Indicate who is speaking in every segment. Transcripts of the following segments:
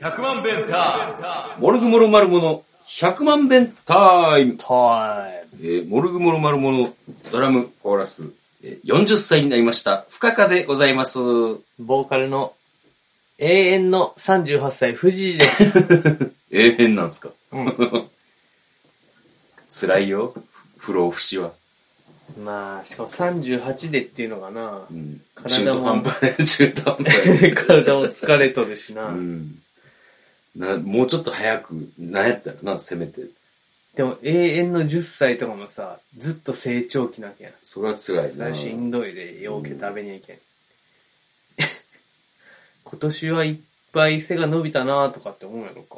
Speaker 1: 100万弁タイムモルグモロマルモの100万弁タイム、
Speaker 2: タイム。
Speaker 1: えーモルグモロマルモのドラムコーラス、えー40歳になりました、深カでございます。
Speaker 2: ボーカルの永遠の38歳、藤井です。
Speaker 1: 永遠なんすか
Speaker 2: うん、
Speaker 1: 辛いよ、不老不死は。
Speaker 2: まあ、しかも38でっていうのがな
Speaker 1: う、ん、中
Speaker 2: 体
Speaker 1: 途
Speaker 2: も
Speaker 1: 半端、 中途半端。
Speaker 2: 体も疲れとるしな。
Speaker 1: うんなもうちょっと早く、なんやったらな、せめて。
Speaker 2: でも永遠の10歳とかもさ、ずっと成長期なきゃ。
Speaker 1: それは辛い
Speaker 2: 最
Speaker 1: な。
Speaker 2: 初しんどいで、ようけ食べにゃいけん。 今年はいっぱい背が伸びたなとかって思うやろか。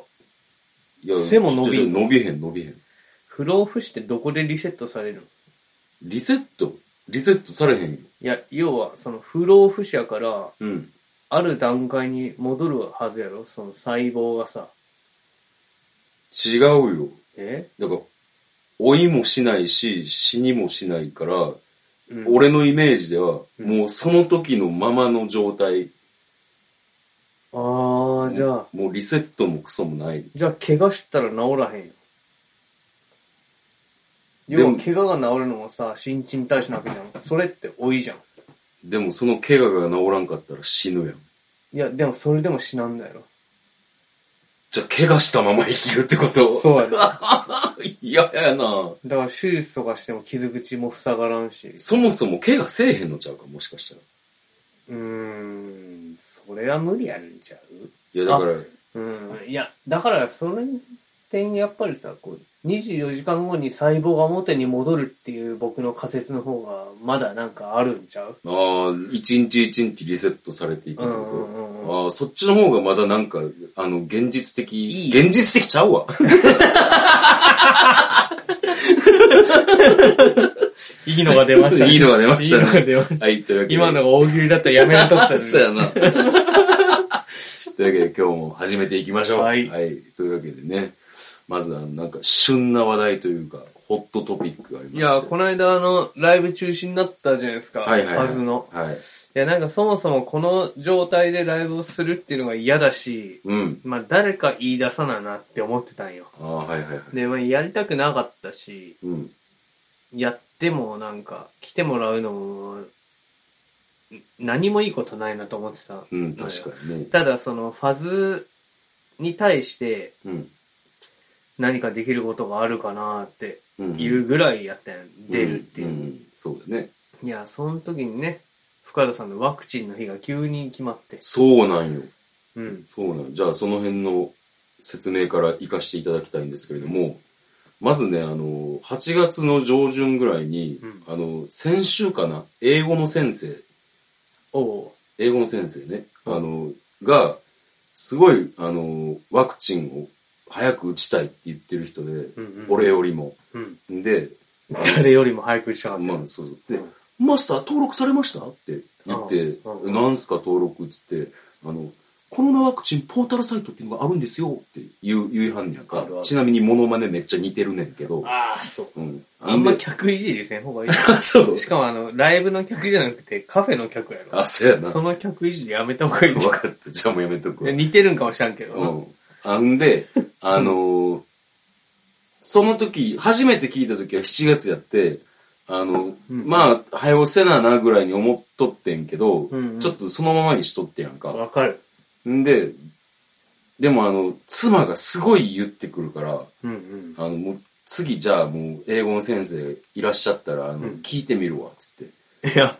Speaker 1: いや
Speaker 2: 背も伸びん
Speaker 1: ちょちょ伸びへん、伸びへん。
Speaker 2: 不老不死ってどこでリセットされるの
Speaker 1: リセットリセットされへんよ。
Speaker 2: いや、要は、その不老不死やから、
Speaker 1: うん。
Speaker 2: ある段階に戻るはずやろその細胞がさ。
Speaker 1: 違うよ。
Speaker 2: え
Speaker 1: だから、老いもしないし、死にもしないから、
Speaker 2: うん、
Speaker 1: 俺のイメージでは、
Speaker 2: うん
Speaker 1: もうその時のままの状態。
Speaker 2: ああ、じゃあ、
Speaker 1: もうリセットもクソもない。
Speaker 2: じゃあ怪我したら治らへんよ。
Speaker 1: で
Speaker 2: 要
Speaker 1: も
Speaker 2: は怪我が治るのもさ、新陳代謝なわけじゃん。それって老いじゃん。
Speaker 1: でもその怪我が治らんかったら死ぬやん。
Speaker 2: いや、でもそれでも死なんだよ。
Speaker 1: じゃあ、怪我したまま生きるってこと
Speaker 2: そうやな。
Speaker 1: 嫌ややな
Speaker 2: だから手術とかしても傷口も塞がらんし。
Speaker 1: そもそも怪我せえへんのちゃうか、もしかしたら。
Speaker 2: うーん、それは無理やるんちゃ
Speaker 1: いや、だから、
Speaker 2: ううん、いや、だからその点やっぱりさ、こう、24時間後に細胞が元に戻るっていう僕の仮説の方がまだなんかあるんちゃう
Speaker 1: ああ、一日一日リセットされていくっ
Speaker 2: う
Speaker 1: て
Speaker 2: んうん
Speaker 1: こ
Speaker 2: うんうん。
Speaker 1: と。ああ、そっちの方がまだなんか、あの、現実的。
Speaker 2: いい
Speaker 1: 現実的ちゃうわ。
Speaker 2: いいのが出ましたね。
Speaker 1: いいのが出ましたね
Speaker 2: いいのが出ました。
Speaker 1: はい、というわけで。
Speaker 2: 今のが大喜利だったらやめなとったのに
Speaker 1: そうやな。と いうわけで、今日も始めていきましょう。
Speaker 2: はい
Speaker 1: というわけでね。まずは、なんか、旬な話題というか、ホットトピックがありまし
Speaker 2: い
Speaker 1: て。
Speaker 2: や、この間あの、ライブ中止になったじゃないですか。
Speaker 1: はいはい、はい。
Speaker 2: はずの。
Speaker 1: はい。
Speaker 2: いや、なんかそもそもこの状態でライブをするっていうのが嫌だし、
Speaker 1: うん。
Speaker 2: まあ誰か言い出さななって思ってたんよ。
Speaker 1: ああ、はいはいはい。
Speaker 2: で、まあやりたくなかったし、
Speaker 1: うん。
Speaker 2: やってもなんか来てもらうのも、ん何もいいことないなと思ってた。
Speaker 1: うん、確かにね。
Speaker 2: ただそのファズに対して
Speaker 1: うん。
Speaker 2: 何かできることがあるかなって
Speaker 1: うん
Speaker 2: いうぐらいやったんや、出るっていう。
Speaker 1: んんそうだね。
Speaker 2: いや、その時にね、深田さんのワクチンの日が急に決まって。
Speaker 1: そうなんよ。
Speaker 2: うん。
Speaker 1: そうなんよじゃあ、その辺の説明から活かしていただきたいんですけれども、まずね、あの、8月の上旬ぐらいに、
Speaker 2: うん
Speaker 1: あの、先週かな、英語の先生、
Speaker 2: おお
Speaker 1: 英語の先生ね、
Speaker 2: うん
Speaker 1: あの、が、すごい、あの、ワクチンを早く打ちたいって言ってる人で、
Speaker 2: う。うんうん、
Speaker 1: 俺よりも。
Speaker 2: うん。
Speaker 1: で、
Speaker 2: 誰よりも早くしたかった。
Speaker 1: まあ、そう。
Speaker 2: う
Speaker 1: で、
Speaker 2: ん
Speaker 1: マスター登録されましたって言って
Speaker 2: うん、うん
Speaker 1: なんすか登録っつって、あの、コロナワクチンポータルサイトっていうのがあるんですよって言う、言いはんねやん
Speaker 2: あ
Speaker 1: か
Speaker 2: るあ。る
Speaker 1: ちなみにモノマネめっちゃ似てるねんけど。
Speaker 2: ああ、そう。
Speaker 1: うん。
Speaker 2: あんま
Speaker 1: り。
Speaker 2: 客いじりせん方がいい。
Speaker 1: そう
Speaker 2: し。かもあの、ライブの客じゃなくてカフェの客や ろ。
Speaker 1: あ、そうやな。
Speaker 2: そ
Speaker 1: 分
Speaker 2: の客いじりやめた方がいい。
Speaker 1: かった。じゃあもうやめとくわ。
Speaker 2: 似てるんかもしらんけ
Speaker 1: う
Speaker 2: ど。
Speaker 1: ん。あん で、あのーその時、初めて聞いた時は7月やって、あの、
Speaker 2: うん
Speaker 1: まあ、早押せななぐらいに思っとってんけど、
Speaker 2: うんうん
Speaker 1: ちょっとそのままにしとってやんか。
Speaker 2: わかる。
Speaker 1: んで、でもあの、妻がすごい言ってくるから、
Speaker 2: うんうん。
Speaker 1: あの、もう、次じゃあもう、英語の先生いらっしゃったら、あの、
Speaker 2: うん
Speaker 1: 聞いてみるわ、つって。
Speaker 2: いや、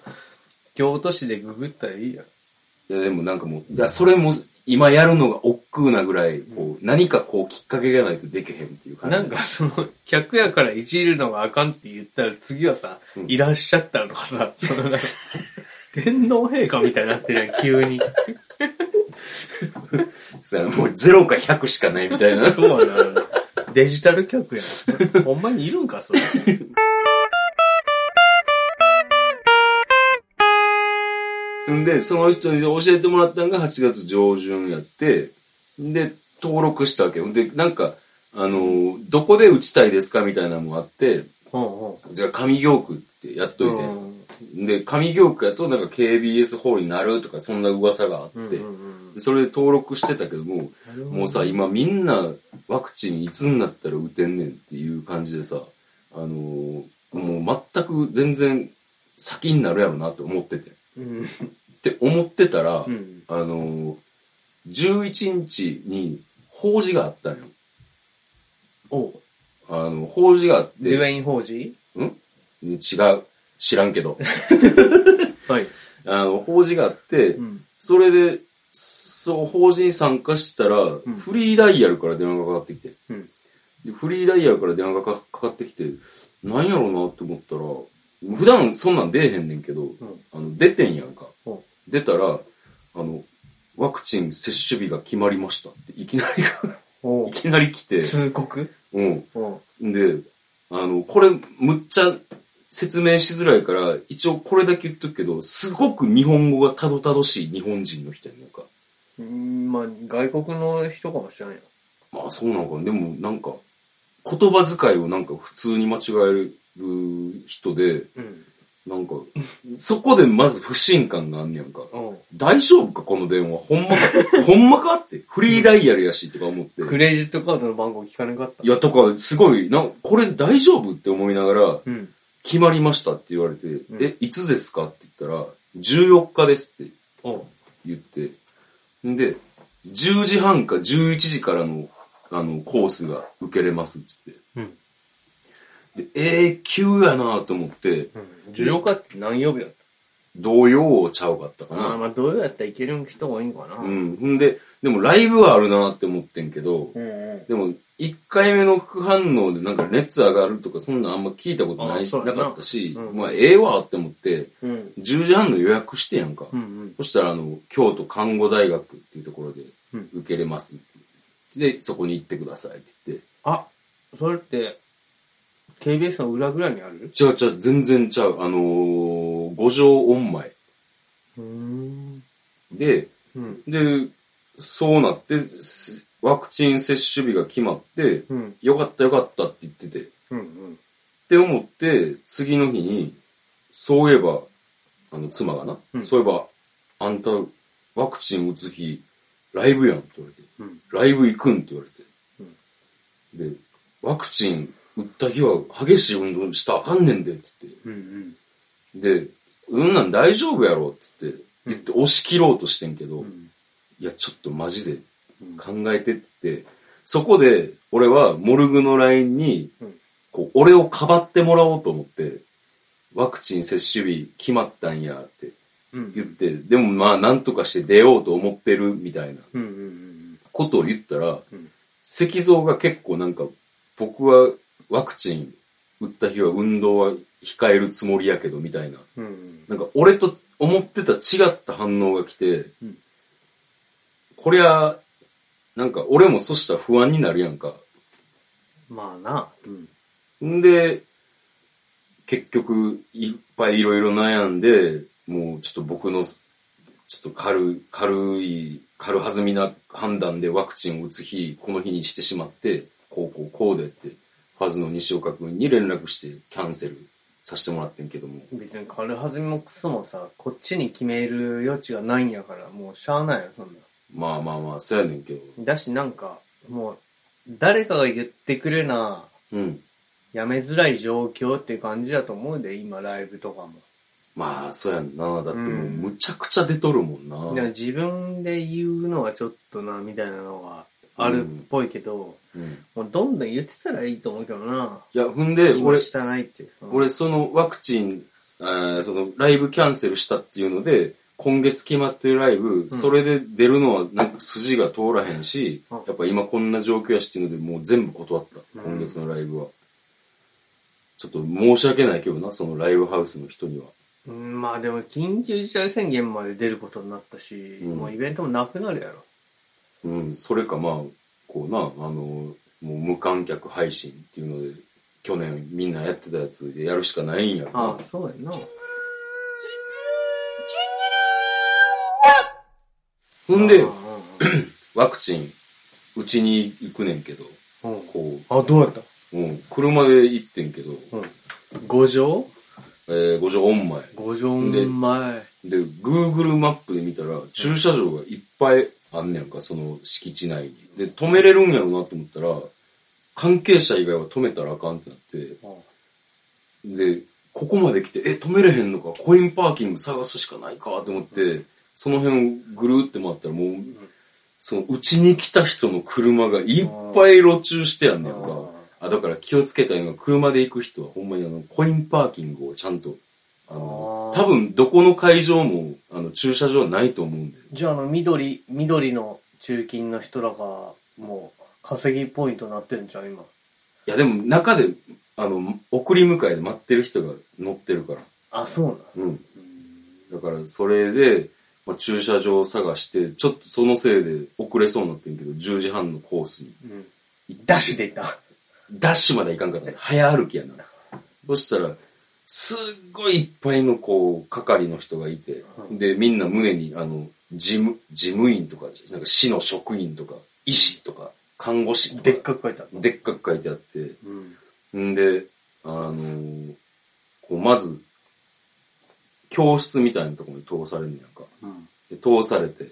Speaker 2: 京都市でググったらいいじゃん。
Speaker 1: いや、でもなんかもう、じゃあそれも、今やるのが億劫なぐらい、こう、何かこう、きっかけがないとできへんっていう感じ。
Speaker 2: なんかその、客やからいじるのがあかんって言ったら次はさ、
Speaker 1: うん
Speaker 2: いらっしゃったらとか さ、そのなんか、天皇陛下みたいになってる やん、急に。
Speaker 1: さ、もう0か100しかないみたいな。
Speaker 2: そうやな。デジタル客やん。 ほんまにいるんか、それ。
Speaker 1: ん で、その人に教えてもらったのが8月上旬やって、で、登録したわけよ。で、なんか、あのーどこで打ちたいですかみたいなのもあって、
Speaker 2: うんうん。
Speaker 1: じゃあ上京区ってやっといて、
Speaker 2: うん
Speaker 1: で、紙業界だとなんか KBS 法になるとか、そんな噂があって、
Speaker 2: うんうん
Speaker 1: それで登録してたけども、
Speaker 2: うん、
Speaker 1: もうさ、今みんなワクチンいつになったら打てんねんっていう感じでさ、あのーもう全く全然先になるやろなって思ってて。っ
Speaker 2: うん、
Speaker 1: て思ってたら、
Speaker 2: うん、
Speaker 1: あのー11日に法事があったのよ。
Speaker 2: お
Speaker 1: あの、法事があっ
Speaker 2: デュ
Speaker 1: て、
Speaker 2: エイン・ホージ
Speaker 1: 違う、知らんけど、
Speaker 2: ーはい、
Speaker 1: あの、法事があって、
Speaker 2: うん、
Speaker 1: それで、そう、法事に参加したら、
Speaker 2: ん
Speaker 1: フリーダイヤルから電話がかかってきて、
Speaker 2: うん
Speaker 1: でフリーダイヤルから電話がかかってきて、なんやろうなって思ったら、普段そんなん出えへんねんけど、
Speaker 2: ん
Speaker 1: あの出てんやんか。
Speaker 2: うん
Speaker 1: 出たら、あの、ワクチン接種日が決まりましたって、いきなり、
Speaker 2: お
Speaker 1: いきなり来て、
Speaker 2: 通告
Speaker 1: うん。
Speaker 2: お
Speaker 1: で、あの、これ、むっちゃ説明しづらいから、一応これだけ言っとくけど、すごく日本語がたどたどしい日本人の人やねんか。
Speaker 2: うんまあ外国の人かもしれんよ
Speaker 1: まあそうなのかな。でもなんか、言葉遣いをなんか普通に間違える人で、
Speaker 2: うん
Speaker 1: なんか、そこでまず不信感があんねやんか。
Speaker 2: お
Speaker 1: 大丈夫かこの電話。ほんまか ほんまかって。フリーダイヤルやし、とか思って。
Speaker 2: クレジットカードの番号聞かなかった
Speaker 1: いや、とか、すごい、な、これ大丈夫って思いながら、
Speaker 2: うん
Speaker 1: 決まりましたって言われて、
Speaker 2: ん
Speaker 1: え、いつですかって言ったら、14日ですって
Speaker 2: お
Speaker 1: 言って、んで、10時半か11時からの、あの、コースが受けれますっつって。
Speaker 2: うん
Speaker 1: で、えー、急やなと思って、
Speaker 2: うん14日って何曜日だった
Speaker 1: 同様ちゃうかったか
Speaker 2: ああ
Speaker 1: な。
Speaker 2: まあ土曜やったらいける人がいいんかな
Speaker 1: うん。ほんで、でもライブはあるなって思ってんけど、
Speaker 2: うんうん
Speaker 1: でも、1回目の副反応でなんか熱上がるとか、そんなんあんま聞いたことな
Speaker 2: あ
Speaker 1: いし、
Speaker 2: そ
Speaker 1: な
Speaker 2: うやな
Speaker 1: かったし、
Speaker 2: うん
Speaker 1: まあ、ええわって思って、
Speaker 2: うん
Speaker 1: 10時半の予約してやんか。
Speaker 2: うんうん
Speaker 1: そしたら、あの、京都看護大学っていうところで
Speaker 2: うん
Speaker 1: 受けれます。で、そこに行ってくださいって言って。
Speaker 2: あそれって KBS の裏ぐらいにある
Speaker 1: ちゃうちゃう、全然ちゃう。あのー、五条御前。
Speaker 2: うん
Speaker 1: で、
Speaker 2: うん
Speaker 1: で、そうなって、すワクチン接種日が決まって、
Speaker 2: うん
Speaker 1: よかったよかったって言ってて。っ
Speaker 2: うんうん
Speaker 1: て思って、次の日に、そういえば、あの、妻がな、
Speaker 2: うん
Speaker 1: そういえば、あんた、ワクチン打つ日、ライブやんって言われて。
Speaker 2: うん
Speaker 1: ライブ行くんって言われて。で、ワクチン打った日は激しい運動したらあかんねんでって
Speaker 2: うんうん
Speaker 1: 言って。で、うんなん大丈夫やろって言って、
Speaker 2: うん
Speaker 1: 言って押し切ろうとしてんけど、
Speaker 2: うん
Speaker 1: いや、ちょっとマジで
Speaker 2: うん
Speaker 1: 考えてって言って、そこで俺はモルグの LINE に
Speaker 2: うん、
Speaker 1: こう、俺をかばってもらおうと思って、ワクチン接種日決まったんやって
Speaker 2: うん
Speaker 1: 言って、でもまあなんとかして出ようと思ってるみたいな
Speaker 2: うんうんうん
Speaker 1: ことを言ったら、
Speaker 2: うん
Speaker 1: 石像が結構なんか、僕はワクチン打った日は運動は控えるつもりやけどみたいな。
Speaker 2: うんうん
Speaker 1: なんか俺と思ってた違った反応が来て、
Speaker 2: うん
Speaker 1: こりゃ、なんか俺もそしたら不安になるやんか。
Speaker 2: まあなうん
Speaker 1: んで、結局いっぱいいろいろ悩んで、もうちょっと僕の、ちょっと軽い、軽い、軽はずみな判断でワクチンを打つ日、この日にしてしまって、こうこうこうでって、ファズの西岡君に連絡してキャンセルさせてもらってんけども。
Speaker 2: 別に軽はずみもクソもさこっちに決める余地がないんやからもうしゃあないよそんな
Speaker 1: まあまあまあ、そうやねんけど。
Speaker 2: だしなんかもう誰かが言ってくれな
Speaker 1: うん。
Speaker 2: やめづらい状況って感じだと思うで今ライブとかも
Speaker 1: まあ、そうやんな。だってもう、
Speaker 2: うん
Speaker 1: むちゃくちゃ出とるもんな。
Speaker 2: だから自分で言うのはちょっとなみたいなのがあるっぽいけど、
Speaker 1: うん
Speaker 2: もうどんどん言ってたらいいと思うけどない
Speaker 1: や、ほんで、
Speaker 2: 今
Speaker 1: 俺、
Speaker 2: したないっていう
Speaker 1: 俺、そのワクチン、あーその、ライブキャンセルしたっていうので、今月決まってるライブ、それで出るのは、なんか筋が通らへんし、
Speaker 2: うん
Speaker 1: やっぱ今こんな状況やしっていうので、もう全部断った。
Speaker 2: うん
Speaker 1: 今月のライブは。ちょっと申し訳ないけどな、そのライブハウスの人には。
Speaker 2: うんまあでも緊急事態宣言まで出ることになったし、
Speaker 1: うん
Speaker 2: もうイベントもなくなるやろ
Speaker 1: うん、それかまあ、こうな、あの、もう無観客配信っていうので、去年みんなやってたやつでやるしかないんやろな。
Speaker 2: ああそうやな
Speaker 1: ほんで
Speaker 2: う、ん
Speaker 1: ワクチン、うちに行くねんけど、
Speaker 2: うんうん
Speaker 1: こ
Speaker 2: あどうやった
Speaker 1: う、うん、車で行ってんけど、
Speaker 2: 五条
Speaker 1: えー、五条御前。
Speaker 2: 五条前。
Speaker 1: で、Google マップで見たら、駐車場がいっぱいあんねやんか、その敷地内に。で、止めれるんやろうなと思ったら、関係者以外は止めたらあかんってなって、で、ここまで来て、え、止めれへんのか、コインパーキング探すしかないかと思って、その辺をぐるーって回ったら、もう、その、うちに来た人の車がいっぱい路中してやんねやんか。あ、だから気をつけたいのは、車で行く人はほんまにあの、コインパーキングをちゃんと、あの、
Speaker 2: あー
Speaker 1: 多分どこの会場も、あの、駐車場はないと思うんで。
Speaker 2: じゃあ、あの、緑、緑の中金の人らが、もう、稼ぎポイントになってるんじゃん、今。
Speaker 1: いや、でも中で、あの、送り迎えで待ってる人が乗ってるから。
Speaker 2: あ、そうなん。
Speaker 1: うん。だから、それで、まあ、駐車場を探して、ちょっとそのせいで遅れそうになってんけど、10時半のコースに。
Speaker 2: うん。ダッシュでいった。
Speaker 1: ダッシュまで行かんかった。早歩きやな。そしたら、すっごいいっぱいのこう、係の人がいて、
Speaker 2: うん
Speaker 1: で、みんな胸に、あの、事務、事務員とか、なんか市の職員とか、医師とか、看護師とか、
Speaker 2: でっかく書いてあった。
Speaker 1: でっかく書いてあって、
Speaker 2: うん。
Speaker 1: んで、あのーこうまず、教室みたいなところに通されるんやんか。
Speaker 2: うん。
Speaker 1: で通されて、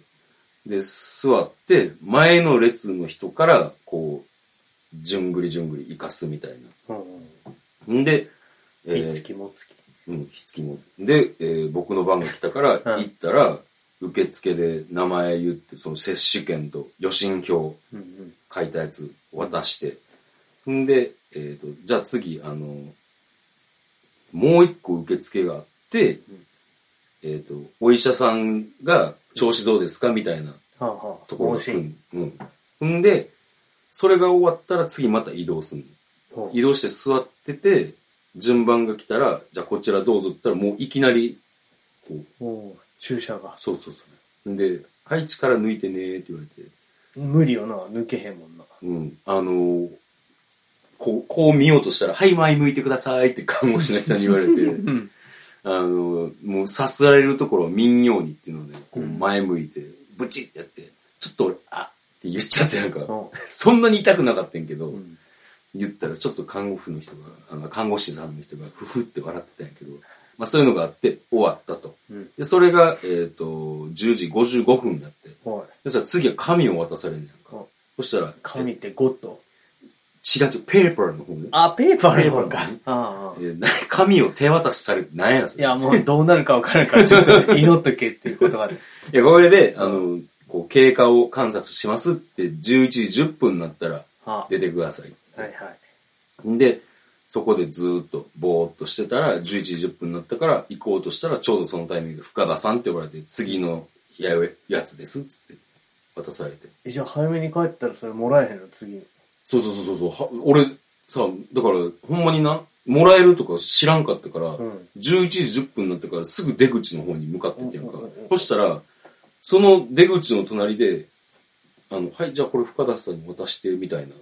Speaker 1: で、座って、前の列の人から、こう、じゅんぐりじゅんぐり生かすみたい
Speaker 2: うん。
Speaker 1: な。んで、え
Speaker 2: い
Speaker 1: ー
Speaker 2: つきもつき。
Speaker 1: うん、ひつきも。で、えー僕の番が来たから、
Speaker 2: ん
Speaker 1: 行ったら、受付で名前言って、その接種券と予診票
Speaker 2: うんうん。
Speaker 1: 書いたやつ渡して、んで、えっ、と、じゃあ次、あの、もう一個受付があって、
Speaker 2: ん
Speaker 1: えっ、と、お医者さんが調子どうですかみたいな
Speaker 2: はあはあ。
Speaker 1: ところが来
Speaker 2: シ
Speaker 1: るうん。んで、それが終わったら次また移動するの。移動して座ってて、順番が来たら、じゃあこちらどうぞって言ったら、もういきなり、こう、
Speaker 2: もう、注射が。
Speaker 1: そうそうそう。んで、はい、力抜いてねーって言われて、
Speaker 2: 無理よな、抜けへんもんな。
Speaker 1: うん。あのーこう、こう見ようとしたら、はい、前向いてくださいって看護師の人に言われて、
Speaker 2: うん。
Speaker 1: あのーもうさすられるところを民謡にっていうので、こう
Speaker 2: うん
Speaker 1: 前向いて、ブチってやって、ちょっと俺、あって言っちゃってなんか、
Speaker 2: う
Speaker 1: そんなに痛くなかったんやけど、
Speaker 2: ん。
Speaker 1: 言ったらちょっと看護婦の人が、あの、看護師さんの人が、ふふって笑ってたんやけど、まあそういうのがあって、終わったと。
Speaker 2: うん。
Speaker 1: で、それが、えっ、と、10時55分だって。
Speaker 2: おい。
Speaker 1: そしたら次は紙を渡されるんやん
Speaker 2: うん
Speaker 1: か。そしたら、
Speaker 2: 紙ってゴッド。
Speaker 1: 違う違う、ペーパーの方ね。
Speaker 2: あ、ペーパーの方か
Speaker 1: ペー。
Speaker 2: ああ
Speaker 1: え。ーな紙を手渡しされて、なんやそ
Speaker 2: い
Speaker 1: れ。い
Speaker 2: や、もうどうなるかわからんから、ちょっ と祈っとけっていうことがある。
Speaker 1: や、これで、あの、こう、経過を観察しますってって、11時10分になったら
Speaker 2: は
Speaker 1: 出てくださいっつっ
Speaker 2: あ、
Speaker 1: て。
Speaker 2: はいはい。
Speaker 1: で、そこでずーっとぼーっとしてたら、11時10分になったから行こうとしたら、ちょうどそのタイミングで深田さんって呼ばれて、次のややつですっつって渡されて。
Speaker 2: えじゃあ早めに帰ったらそれもらえへんの、次。
Speaker 1: そうそうそうそうそう、は俺さ、だからほんまにな、もらえるとか知らんかったから、
Speaker 2: うん。
Speaker 1: 11時10分になってからすぐ出口の方に向かってってやんか
Speaker 2: うんうんうんうん。
Speaker 1: そしたら、その出口の隣で、あの、はい、じゃあこれ深田さんに渡して、みたいな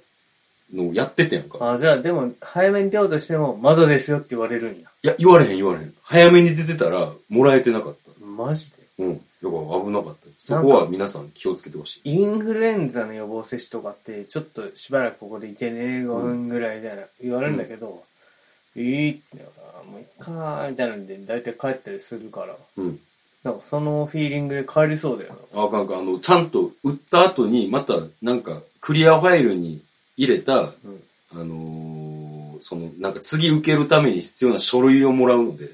Speaker 1: のをやっててんやんか。
Speaker 2: あ、じゃあでも、早めに出ようとしても、まだですよって言われるんや。
Speaker 1: いや、言われへん言われへん。早めに出てたら、もらえてなかった。
Speaker 2: マジで
Speaker 1: うん。だから危なかった。そこは皆さん気をつけてほしい。
Speaker 2: インフルエンザの予防接種とかって、ちょっとしばらくここでいてね、5分ぐらいみたいな言われるんだけど、いいって言うから、もういっかーみたいなんで、だいたい帰ったりするから、
Speaker 1: うん。
Speaker 2: なんかそのフィーリングで帰りそうだよ
Speaker 1: あかんあかん。あの、ちゃんと売った後に、また、なんか、クリアファイルに入れた、
Speaker 2: な。うん。
Speaker 1: あのーその、なんか次受けるために必要な書類をもらうので、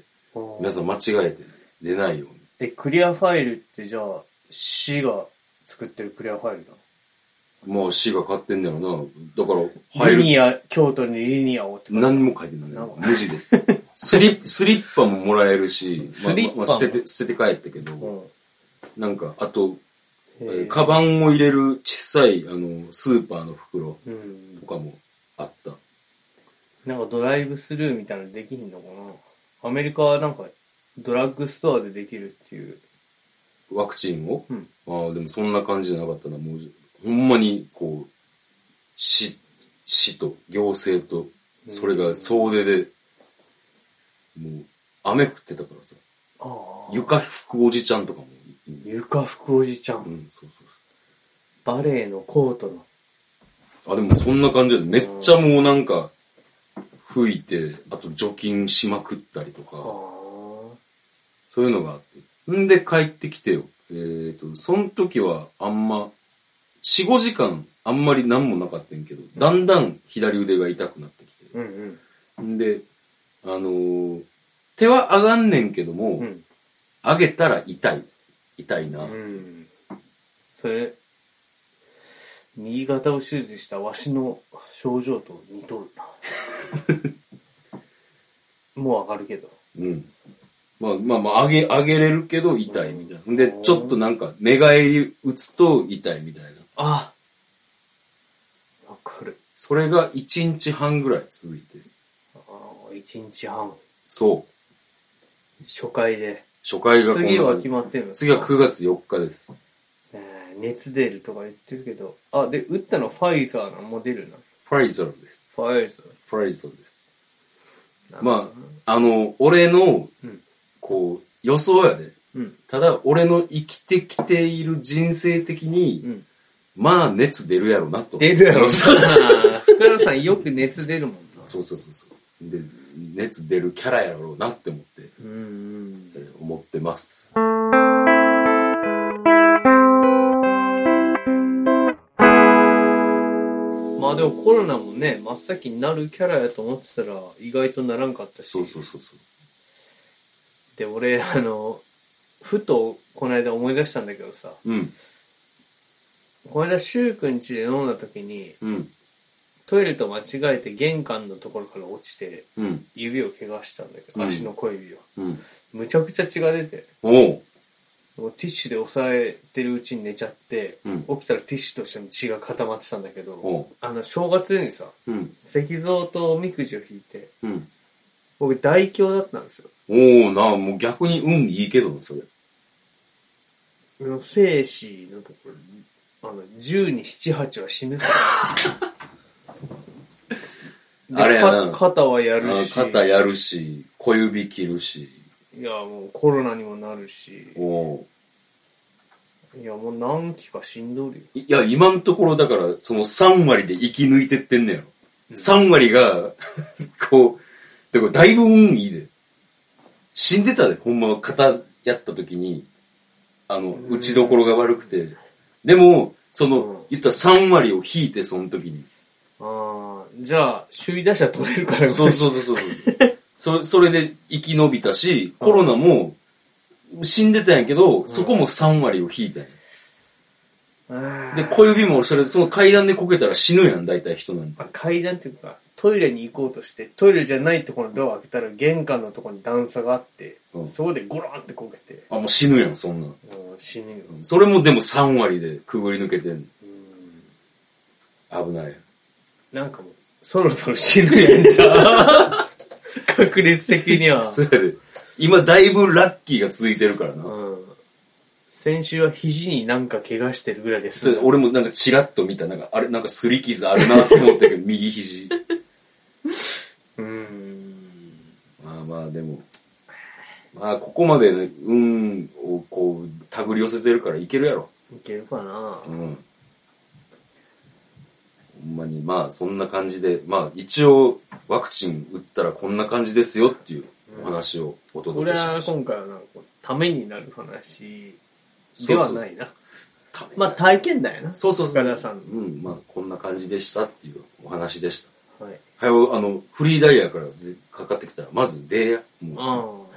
Speaker 1: 皆さん間違えて出ないように。
Speaker 2: え、クリアファイルってじゃあ、市が作ってるクリアファイルだ。
Speaker 1: まあ、市が買ってんだろうな。だから、
Speaker 2: リ
Speaker 1: 入る。
Speaker 2: ニア、京都にリニアをって書いてある
Speaker 1: 何も書いてないね。無地です。 スリスリッパももらえるし、まあ
Speaker 2: スリッパも
Speaker 1: まあ捨てて、捨てて帰ったけど、なんか、あと、
Speaker 2: うん。
Speaker 1: え
Speaker 2: へ
Speaker 1: ー
Speaker 2: ー
Speaker 1: カバンを入れる小さい、あの、スーパーの袋
Speaker 2: うん
Speaker 1: と。かもあった。
Speaker 2: なんかドライブスルーみたいなのできひんのかなアメリカはなんか、ドラッグストアでできるっていう。
Speaker 1: ワクチンを、
Speaker 2: うん
Speaker 1: ああ、でもそんな感じじゃなかったな。もう、ほんまに、こう、市、市と行政と、それが総出で、もう、雨降ってたからさ、
Speaker 2: ああ。
Speaker 1: 床拭くおじちゃんとかもいい、
Speaker 2: 床拭くおじちゃん。
Speaker 1: うん、そうそう
Speaker 2: バレエのコートの。
Speaker 1: そう。あ、でもそんな感じで、めっちゃもうなんか、拭いて、あと除菌しまくったりと
Speaker 2: あ
Speaker 1: か、
Speaker 2: ー
Speaker 1: そういうのがあって。んで帰ってきてよ。えっ、と、その時はあんま、4、5時間あんまり何もなかったんやけど、だんだん左腕が痛くなってきて。
Speaker 2: うんうん
Speaker 1: んで、あのー手は上がんねんけども、
Speaker 2: うん
Speaker 1: 上げたら痛い。痛いな。
Speaker 2: うんそれ右肩を手術したわしの症状と似とるな もう上がるけど
Speaker 1: うん。まあまあまあ、上げ、上げれるけど痛いみたいな。で、ちょっとなんか、寝返り打つと痛いみたいな。
Speaker 2: あわかる
Speaker 1: それが1日半ぐらい続いて。
Speaker 2: ああ1日半
Speaker 1: そう。
Speaker 2: 初回で
Speaker 1: 初回がこんな
Speaker 2: 次は
Speaker 1: 感じ
Speaker 2: 決まってるの
Speaker 1: 次は9月4日です。
Speaker 2: ねえ熱出るとか言ってるけどあで打ったのファイザーなのモデルな
Speaker 1: ファイザーです。
Speaker 2: ファイザ
Speaker 1: ファイザーです。
Speaker 2: ー
Speaker 1: まあ、あの、俺の
Speaker 2: うん、
Speaker 1: こう、予想やで。
Speaker 2: うん
Speaker 1: ただ、俺の生きてきている人生的
Speaker 2: う
Speaker 1: に、
Speaker 2: ん
Speaker 1: まあ、熱出るやろなと。
Speaker 2: 出るやろ な
Speaker 1: そう
Speaker 2: 福原さんよく熱出るもんな
Speaker 1: そうそうそう。で、熱出るキャラやろうなって思って。
Speaker 2: うんうん
Speaker 1: えー思ってます。
Speaker 2: まあでもコロナもね真っ先になるキャラやと思ってたら意外とならんかったし
Speaker 1: そうそうそうそう。
Speaker 2: で俺あのふとこの間思い出したんだけどさ
Speaker 1: うん、
Speaker 2: この間柊君家で飲んだ時に
Speaker 1: うん、
Speaker 2: トイレと間違えて玄関のところから落ちて
Speaker 1: うん、
Speaker 2: 指を怪我したんだけど、
Speaker 1: うん
Speaker 2: 足の小指を
Speaker 1: うん。
Speaker 2: むちゃくちゃ血が出て
Speaker 1: おう、
Speaker 2: もうティッシュで押さえてるうちに寝ちゃって、
Speaker 1: うん
Speaker 2: 起きたらティッシュとしての血が固まってたんだけど
Speaker 1: おう、
Speaker 2: あの正月にさ
Speaker 1: うん、
Speaker 2: 石像とおみくじを引いて
Speaker 1: うん。
Speaker 2: 僕大凶だったんですよ
Speaker 1: おうな、もう逆に運いいけどな、それ。
Speaker 2: あの生死のところにあの10に78は死ぬで
Speaker 1: あれやな
Speaker 2: か肩はやる
Speaker 1: あ
Speaker 2: し
Speaker 1: 肩やるし、小指切るし、
Speaker 2: いやもうコロナにもなるし
Speaker 1: おう。
Speaker 2: いやもう何期か死んどるよ
Speaker 1: いや、今のところだから、その3割で生き抜いてってんねやろ。3割が、 こう、だからだいぶ運いいで。死んでたで、ほんま、肩やった時に、あの、
Speaker 2: ん
Speaker 1: 打ちどころが悪くて。でも、その、
Speaker 2: うん
Speaker 1: 言ったら3割を引いて、その時に。
Speaker 2: ああじゃあ首位打者取れるから
Speaker 1: そうそうそうそうそう。そそれで生き延びたし、コロナも死んでたんやけど、そこも3割を引いたんや。
Speaker 2: あー
Speaker 1: で、小指もそれ、その階段でこけたら死ぬやん、大体人なんて。
Speaker 2: まあ階段っていうかトイレに行こうとしてトイレじゃないところのドアを開けたら玄関のところに段差があって、
Speaker 1: うん
Speaker 2: そこでゴロンってこけて、
Speaker 1: あ、もう死ぬやん、そんなん。
Speaker 2: うん、死ぬよ、
Speaker 1: それもでも3割でくぐり抜けてんの
Speaker 2: うん
Speaker 1: 危ない。
Speaker 2: なんかもうそろそろ死ぬやんじゃん 確率的には、
Speaker 1: それで、今だいぶラッキーが続いてるからな。
Speaker 2: うん、先週は肘になんか怪我してるぐらいです
Speaker 1: それ俺もなんかチラッと見た、なんかあれ、なんか擦り傷あるなって思ったけど、 右肘。
Speaker 2: うん
Speaker 1: まあまあでも、まあここまでね、運をこう、手繰り寄せてるからいけるやろ。
Speaker 2: いけるかな
Speaker 1: うん。ほんまに、まあそんな感じで、まあ一応ワクチン打ったらこんな感じですよっていうお話をお
Speaker 2: こ
Speaker 1: 届
Speaker 2: れ
Speaker 1: けしま
Speaker 2: は
Speaker 1: した。
Speaker 2: 今回はなんかこうためになる話ではないな
Speaker 1: ために
Speaker 2: まあ体験だよな
Speaker 1: そうそうそう
Speaker 2: 岡田さんの
Speaker 1: うん、まあこんな感じでしたっていうお話でした。
Speaker 2: はい
Speaker 1: はよ、あの、フリーダイヤからでかかってきたら、まず出や。もう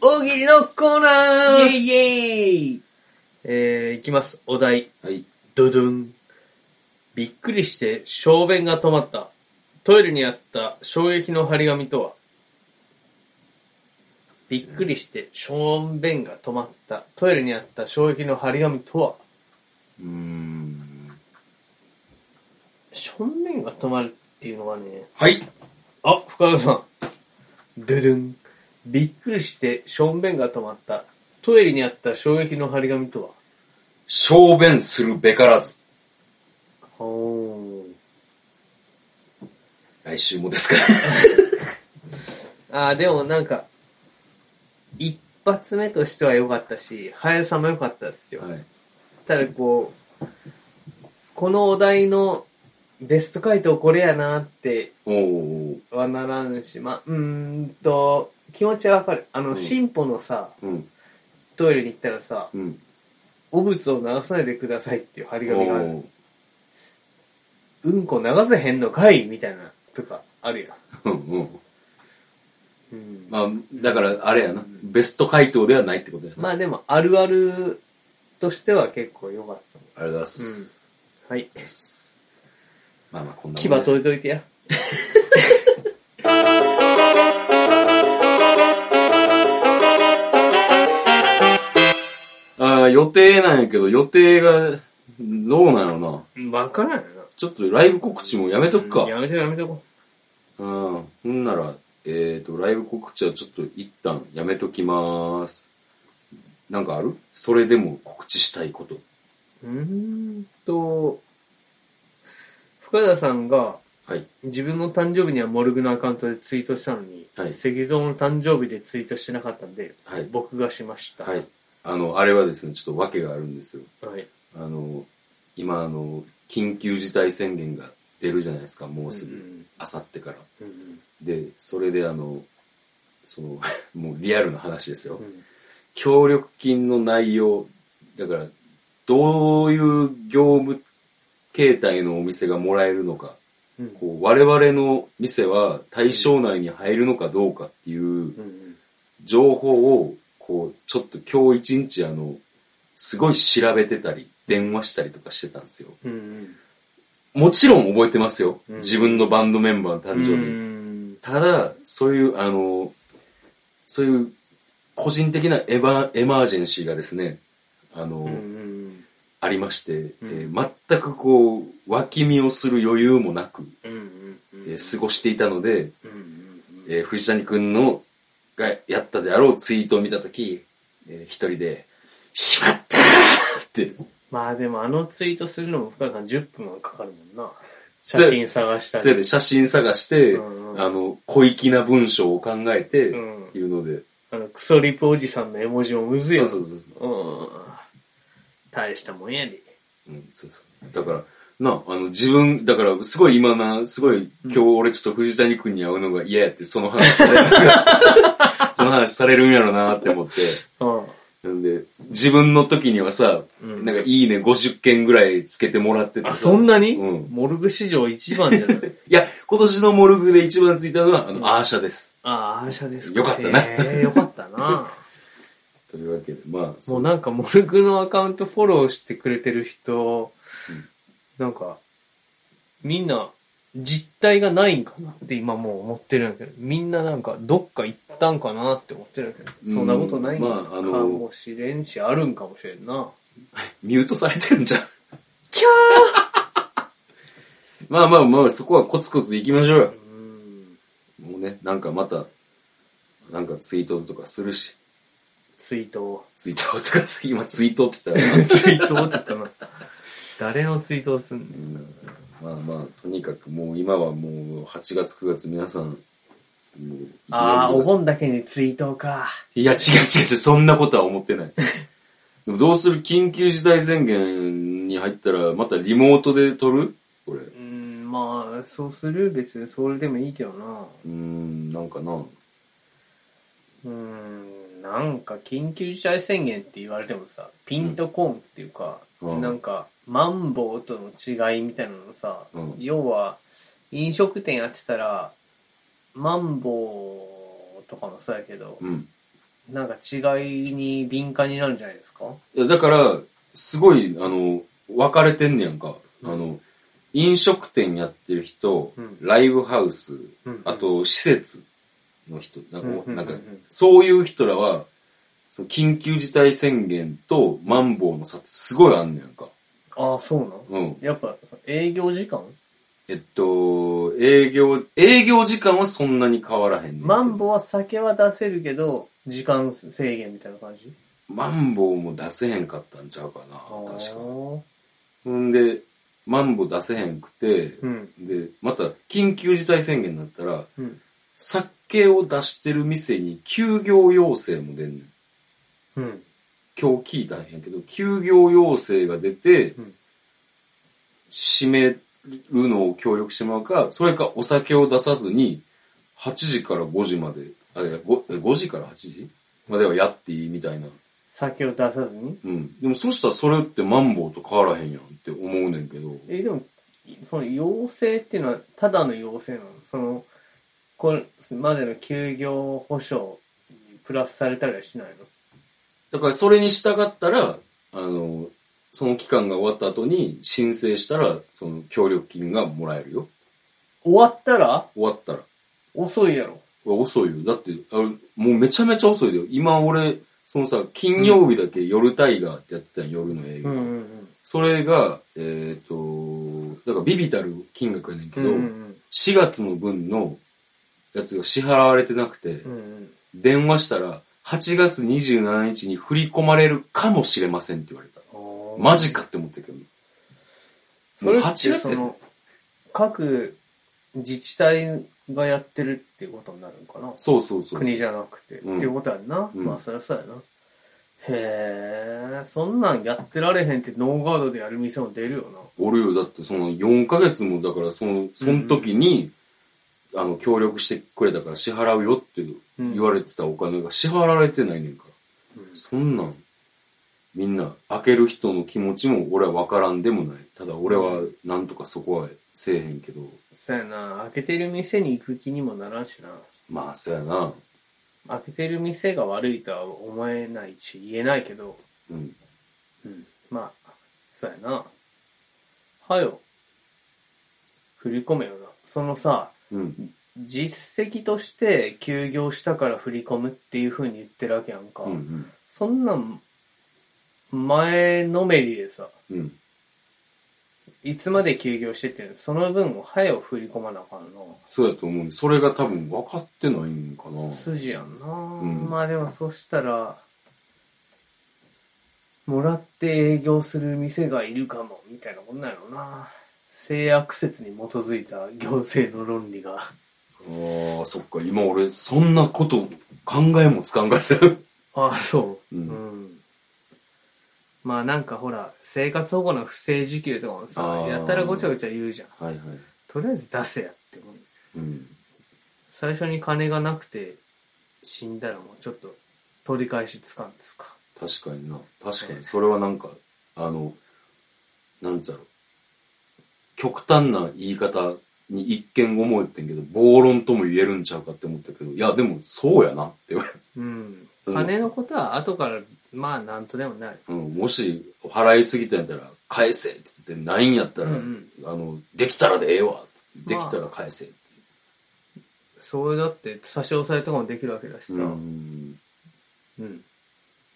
Speaker 2: 大喜利のコーナー
Speaker 1: イエイ
Speaker 2: えー、いきます。お題。
Speaker 1: はい。
Speaker 2: ドドン。びっくりして小便が止まった。トイレにあった衝撃の張り紙とはびっくりして小便が止まった。トイレにあった衝撃の張り紙とは
Speaker 1: うーん。
Speaker 2: 小便が止まるっていうのはね、
Speaker 1: はい。
Speaker 2: あ、深田さん。ドゥドゥン。びっくりして、しょんべんが止まった。トイレにあった衝撃の張り紙と
Speaker 1: 小便するべからず。
Speaker 2: はお
Speaker 1: 来週もですから。
Speaker 2: あー、でもなんか、一発目としては良かったし、速さも良かったですよ。
Speaker 1: はい。
Speaker 2: ただこう、このお題のベスト回答これやなって
Speaker 1: おー
Speaker 2: はならんし、まあ、うーんと、気持ちはわかる。あの、
Speaker 1: うん
Speaker 2: 進歩のさ、
Speaker 1: うん、
Speaker 2: トイレに行ったらさ、
Speaker 1: うん。
Speaker 2: 汚物を流さないでくださいっていう張り紙がある。
Speaker 1: お
Speaker 2: うんこ流せへんのかいみたいな、とか、あるや
Speaker 1: ーうんうん
Speaker 2: ん。うん。
Speaker 1: まあ、だから、あれやな。ベスト回答ではないってことやな。
Speaker 2: まあでも、あるあるとしては結構良かっ
Speaker 1: ありがとうございます。
Speaker 2: た。はい。
Speaker 1: まあまあ、こんな
Speaker 2: 牙
Speaker 1: もんです
Speaker 2: 取りといてや。
Speaker 1: あー予定なんやけど、予定が、どうなのな。
Speaker 2: わからんよな。
Speaker 1: ちょっとライブ告知もやめとくか
Speaker 2: うん。やめとこうやめとこ
Speaker 1: うん。ほんなら、えっ、ー、と、ライブ告知はちょっと一旦やめときまーす。なんかあるそれでも告知したいこと。
Speaker 2: う。うーんと、深田さんが、
Speaker 1: はい。
Speaker 2: 自分の誕生日にはモルグのアカウントでツイートしたのに、
Speaker 1: はい
Speaker 2: 石像の誕生日でツイートしてなかったんで、
Speaker 1: はい。
Speaker 2: 僕がしました。
Speaker 1: はい。あの、あれはですね、ちょっと訳があるんですよ。
Speaker 2: はい。
Speaker 1: あの、今、あの、緊急事態宣言が出るじゃないですか、もうす
Speaker 2: う
Speaker 1: ぐ。
Speaker 2: ん
Speaker 1: あさってから。
Speaker 2: うんうん
Speaker 1: で、それであの、その、 もうリアルな話ですよ
Speaker 2: う。ん
Speaker 1: 協力金の内容、だから、どういう業務形態のお店がもらえるのか、
Speaker 2: うん
Speaker 1: こう我々の店は対象内に入るのかどうかっていう
Speaker 2: うん
Speaker 1: 情報を、こう、ちょっと今日一日あの、すごい調べてたり、電話したりとかしてたんですよ。
Speaker 2: うんうん
Speaker 1: もちろん覚えてますよ。
Speaker 2: うん
Speaker 1: 自分のバンドメンバーの誕生日。
Speaker 2: 日
Speaker 1: ただ、そういう、あの、そういう個人的なエバエマージェンシーがですね、あの、
Speaker 2: うん
Speaker 1: ありまして、
Speaker 2: うん
Speaker 1: えー全くこう、脇見をする余裕もなく、
Speaker 2: うんうん
Speaker 1: えー過ごしていたので、
Speaker 2: うんうんうん
Speaker 1: えー藤谷くんのがやったであろうツイートを見たとき、えー一人で、しまったーって、
Speaker 2: まあでもあのツイートするのも深田さん10分はかかるもんな。写真探した
Speaker 1: それ
Speaker 2: り。
Speaker 1: で写真探して、
Speaker 2: うんうん
Speaker 1: あの、小粋な文章を考えて、
Speaker 2: う
Speaker 1: っ
Speaker 2: ん
Speaker 1: ていうので、
Speaker 2: あの、クソリプおじさんの絵文字もむずい
Speaker 1: そう
Speaker 2: よ。
Speaker 1: そうそうそう。
Speaker 2: うん。大したもんやで。
Speaker 1: うん、そうそう。だから、な、あの、自分、だから、すごい今な、すごい、今日俺ちょっと藤谷くんに会うのが嫌やって、その話される その話されるんやろなって思って。
Speaker 2: うん。
Speaker 1: なんで、自分の時にはさ、
Speaker 2: うん
Speaker 1: なんかいいね50件ぐらいつけてもらっててさ。
Speaker 2: あ、そんなに、
Speaker 1: うん
Speaker 2: モルグ史上一番じゃない
Speaker 1: いや、今年のモルグで一番ついたのは、あの、アーシャです。
Speaker 2: ああ、アーシャです
Speaker 1: よかったな
Speaker 2: へえよかったな。
Speaker 1: というわけで、まあ、 そ
Speaker 2: もう
Speaker 1: う
Speaker 2: なんかモルグのアカウントフォローしてくれてる人、なんか、みんな実態がないんかなって今もう思ってるんやけど、みんななんかどっか行ったんかなって思ってるんやけど、
Speaker 1: うん
Speaker 2: そんなことないんか
Speaker 1: まああの
Speaker 2: もしれんし、あるんかもしれんな。
Speaker 1: ミュートされてるんじゃん。
Speaker 2: キャ
Speaker 1: まあまあまあ、そこはコツコツ行きましょうよ
Speaker 2: ー。うん
Speaker 1: もうね、なんかまた、なんかツイートとかするし。
Speaker 2: ツイートを。
Speaker 1: ツイートをとか、今ツイートって言ったらな、
Speaker 2: ツイートをって言ったな。誰のツイートをすんねん
Speaker 1: うんまあまあ、とにかくもう今はもう8月9月皆さん、もう
Speaker 2: ああ、お
Speaker 1: いきなり
Speaker 2: 盆だけにツイートか。
Speaker 1: いや違う違う違う、そんなことは思ってない。でもどうする緊急事態宣言に入ったら、またリモートで撮るこれ。う
Speaker 2: うん、まあ、そうする別にそれでもいいけどな。
Speaker 1: ーん、なんかな。
Speaker 2: うん、なんか緊急事態宣言って言われてもさ、ピンとコンっていうか、
Speaker 1: うん
Speaker 2: なんか、マンボウとの違いみたいなのさ、
Speaker 1: うん
Speaker 2: 要は、飲食店やってたら、マンボウとかもそうやけど、
Speaker 1: うん。
Speaker 2: なんか違いに敏感になるんじゃないですか
Speaker 1: いや、だから、すごい、あの、分かれてんねやんか。あの、飲食店やってる人、
Speaker 2: うん
Speaker 1: ライブハウス、
Speaker 2: うん
Speaker 1: あと、施設の人、なんか、
Speaker 2: うんうんうんうん
Speaker 1: なんかそういう人らは、その緊急事態宣言とマンボウの差ってすごいあんねやんか。
Speaker 2: ああ、そうな
Speaker 1: う
Speaker 2: の
Speaker 1: ん。
Speaker 2: やっぱ、営業時間
Speaker 1: えっと、営業、営業時間はそんなに変わらへんねんけど
Speaker 2: マンボウは酒は出せるけど、時間制限みたいな感じ
Speaker 1: マンボウも出せへんかったんちゃうかな、確か。
Speaker 2: か。
Speaker 1: ほんで、マンボウ出せへんくて、
Speaker 2: うん。
Speaker 1: で、また、緊急事態宣言になったら、
Speaker 2: うん。
Speaker 1: 酒を出してる店に休業要請も出んねん。
Speaker 2: うん。
Speaker 1: 今日聞いたんやけど、休業要請が出て、
Speaker 2: うん
Speaker 1: 閉めるのを協力してもらうか、それかお酒を出さずに、8時から5時まで、あ、いや 5, 5時から8時まではやっていいみたいな。
Speaker 2: 酒を出さずに。
Speaker 1: うん。でもそしたらそれってマンボウと変わらへんやんって思うねんけど。
Speaker 2: え、でも、その要請っていうのは、ただの要請なのその、これまでの休業保障にプラスされたりはしないの
Speaker 1: だからそれに従ったら、あの、その期間が終わった後に申請したら、その協力金がもらえるよ。
Speaker 2: 終わったら
Speaker 1: 終わったら。
Speaker 2: 遅いやろ。
Speaker 1: うわ遅いよ。だって、あのもうめちゃめちゃ遅いだよ。今俺、そのさ、金曜日だけ夜タイガーってやってたん、夜の営
Speaker 2: う
Speaker 1: 業。
Speaker 2: んうん
Speaker 1: それが、えっ、と、だからビビたる金額やねん
Speaker 2: う
Speaker 1: け
Speaker 2: ん。
Speaker 1: ど、
Speaker 2: うんうん
Speaker 1: 4月の分のやつが支払われてなくて、
Speaker 2: うんうん。
Speaker 1: 電話したら、8月27日に振り込まれるかもしれませんって言われた。
Speaker 2: おー
Speaker 1: マジかって思ったけど。
Speaker 2: それって
Speaker 1: 8月
Speaker 2: その各自治体がやってるっていうことになるのかな
Speaker 1: そうそうそう。
Speaker 2: 国じゃなくて、
Speaker 1: うん
Speaker 2: っていうことやんな、
Speaker 1: うん
Speaker 2: まあそりゃそうやなへえそんなんやってられへんってノーガードでやる店も出るよな
Speaker 1: 俺よ、だってその4ヶ月も、だからその、その時に、あの、協力してくれたから支払うよって
Speaker 2: うん
Speaker 1: 言われてたお金が支払われてないねんから。
Speaker 2: うん
Speaker 1: そんなん、みんな、開ける人の気持ちも俺は分からんでもない。ただ俺は、なんとかそこはせえへんけど、
Speaker 2: そうやな開けてる店に行く気にもならんしな
Speaker 1: まあ、そうやな。
Speaker 2: 開けてる店が悪いとは思えないし言えないけど
Speaker 1: うん。
Speaker 2: うんまあそうやなはよ振り込めよなそのさ
Speaker 1: うん。
Speaker 2: 実績として休業したから振り込むっていうふうに言ってるわけやんか、
Speaker 1: うんうん。
Speaker 2: そんなん前のめりでさ
Speaker 1: うん。
Speaker 2: いつまで休業してっていうのその分を早を振り込まなあかんの
Speaker 1: そうやと思う。それが多分分かってないんかな。
Speaker 2: 筋やんな、
Speaker 1: ん
Speaker 2: まあでもそしたらもらって営業する店がいるかもみたいなことなんやろな性悪説に基づいた行政の論理が
Speaker 1: ああ、そっか。今俺、そんなこと考えもつかんかった。
Speaker 2: ああ、そう。
Speaker 1: う
Speaker 2: うんん。まあなんかほら、生活保護の不正受給とかも
Speaker 1: あ
Speaker 2: さ
Speaker 1: ー、
Speaker 2: やたらごちゃごちゃ言うじゃん。
Speaker 1: はいはい。
Speaker 2: とりあえず出せやって思う。
Speaker 1: うん。
Speaker 2: 最初に金がなくて死んだらもうちょっと取り返しつかんですか。
Speaker 1: 確かにな。確かに。それはなんか、あの、なんつうやろ。極端な言い方に一見思えてんけど、暴論とも言えるんちゃうかって思ったけど、いや、でも、そうやなって言われる。
Speaker 2: うん。
Speaker 1: うん
Speaker 2: 金のことは後から、まあなんとでもなる。
Speaker 1: うん。もし、払いすぎたんやったら、返せって言って、ないんやったら、
Speaker 2: うん
Speaker 1: あの、できたらでええわ。できたら返せって。
Speaker 2: そうだって差し押さえとかもできるわけだしさ。うん。
Speaker 1: ん。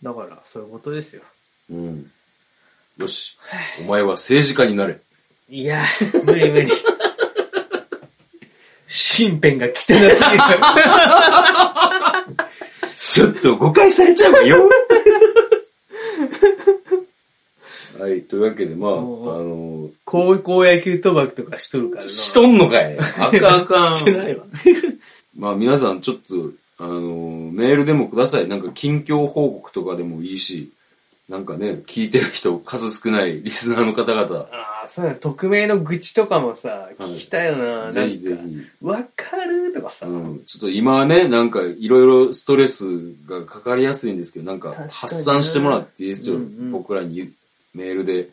Speaker 2: だから、そういうことですよ。
Speaker 1: うん。よし。お前は政治家になれ。
Speaker 2: いや、無理 無理。身辺が汚すぎる。
Speaker 1: ちょっと誤解されちゃうよ。はい、というわけで、まあ、あの、
Speaker 2: 高校野球賭博とかしとるからな。
Speaker 1: しとんのかい。あかんあかん。
Speaker 2: してないわ。
Speaker 1: まあ、皆さんちょっと、あの、メールでもください。なんか近況報告とかでもいいし、なんかね、聞いてる人、数少ないリスナーの方々、
Speaker 2: ああ、そうだね。匿名の愚痴とかもさ、聞きたいよな。なんか
Speaker 1: ぜひぜひ。
Speaker 2: わかるとかさ。
Speaker 1: うん、ちょっと今はね、なんかいろいろストレスがかかりやすいんですけど、なんか
Speaker 2: 確かにね
Speaker 1: 発散してもらっていいですよ。
Speaker 2: うんうん
Speaker 1: 僕らにメールで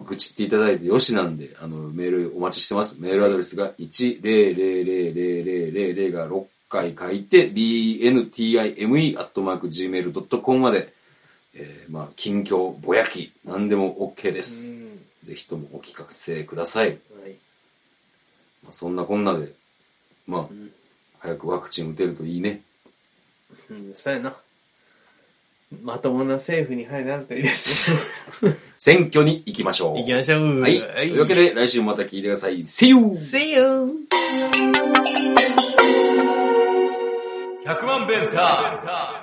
Speaker 1: 愚痴っていただいてよしなんで、あの、メールお待ちしてます。メールアドレスが1000000が6回書いて、bntime.gmail.com まで、えーまあ、近況、ぼやき、なんでも OK で
Speaker 2: う
Speaker 1: す。
Speaker 2: ん
Speaker 1: ぜひともお聞かせください。
Speaker 2: はい
Speaker 1: まあ、そんなこんなで、まあ、
Speaker 2: ん
Speaker 1: 早くワクチン打てるといいね。
Speaker 2: うん、そうやな。まともな政府に入らんといいですね。
Speaker 1: 選挙に行きましょう。
Speaker 2: 行きましょう。
Speaker 1: はい。というわけで、来週もまた聞いてください。See you!
Speaker 2: See you!
Speaker 1: 100万ベンター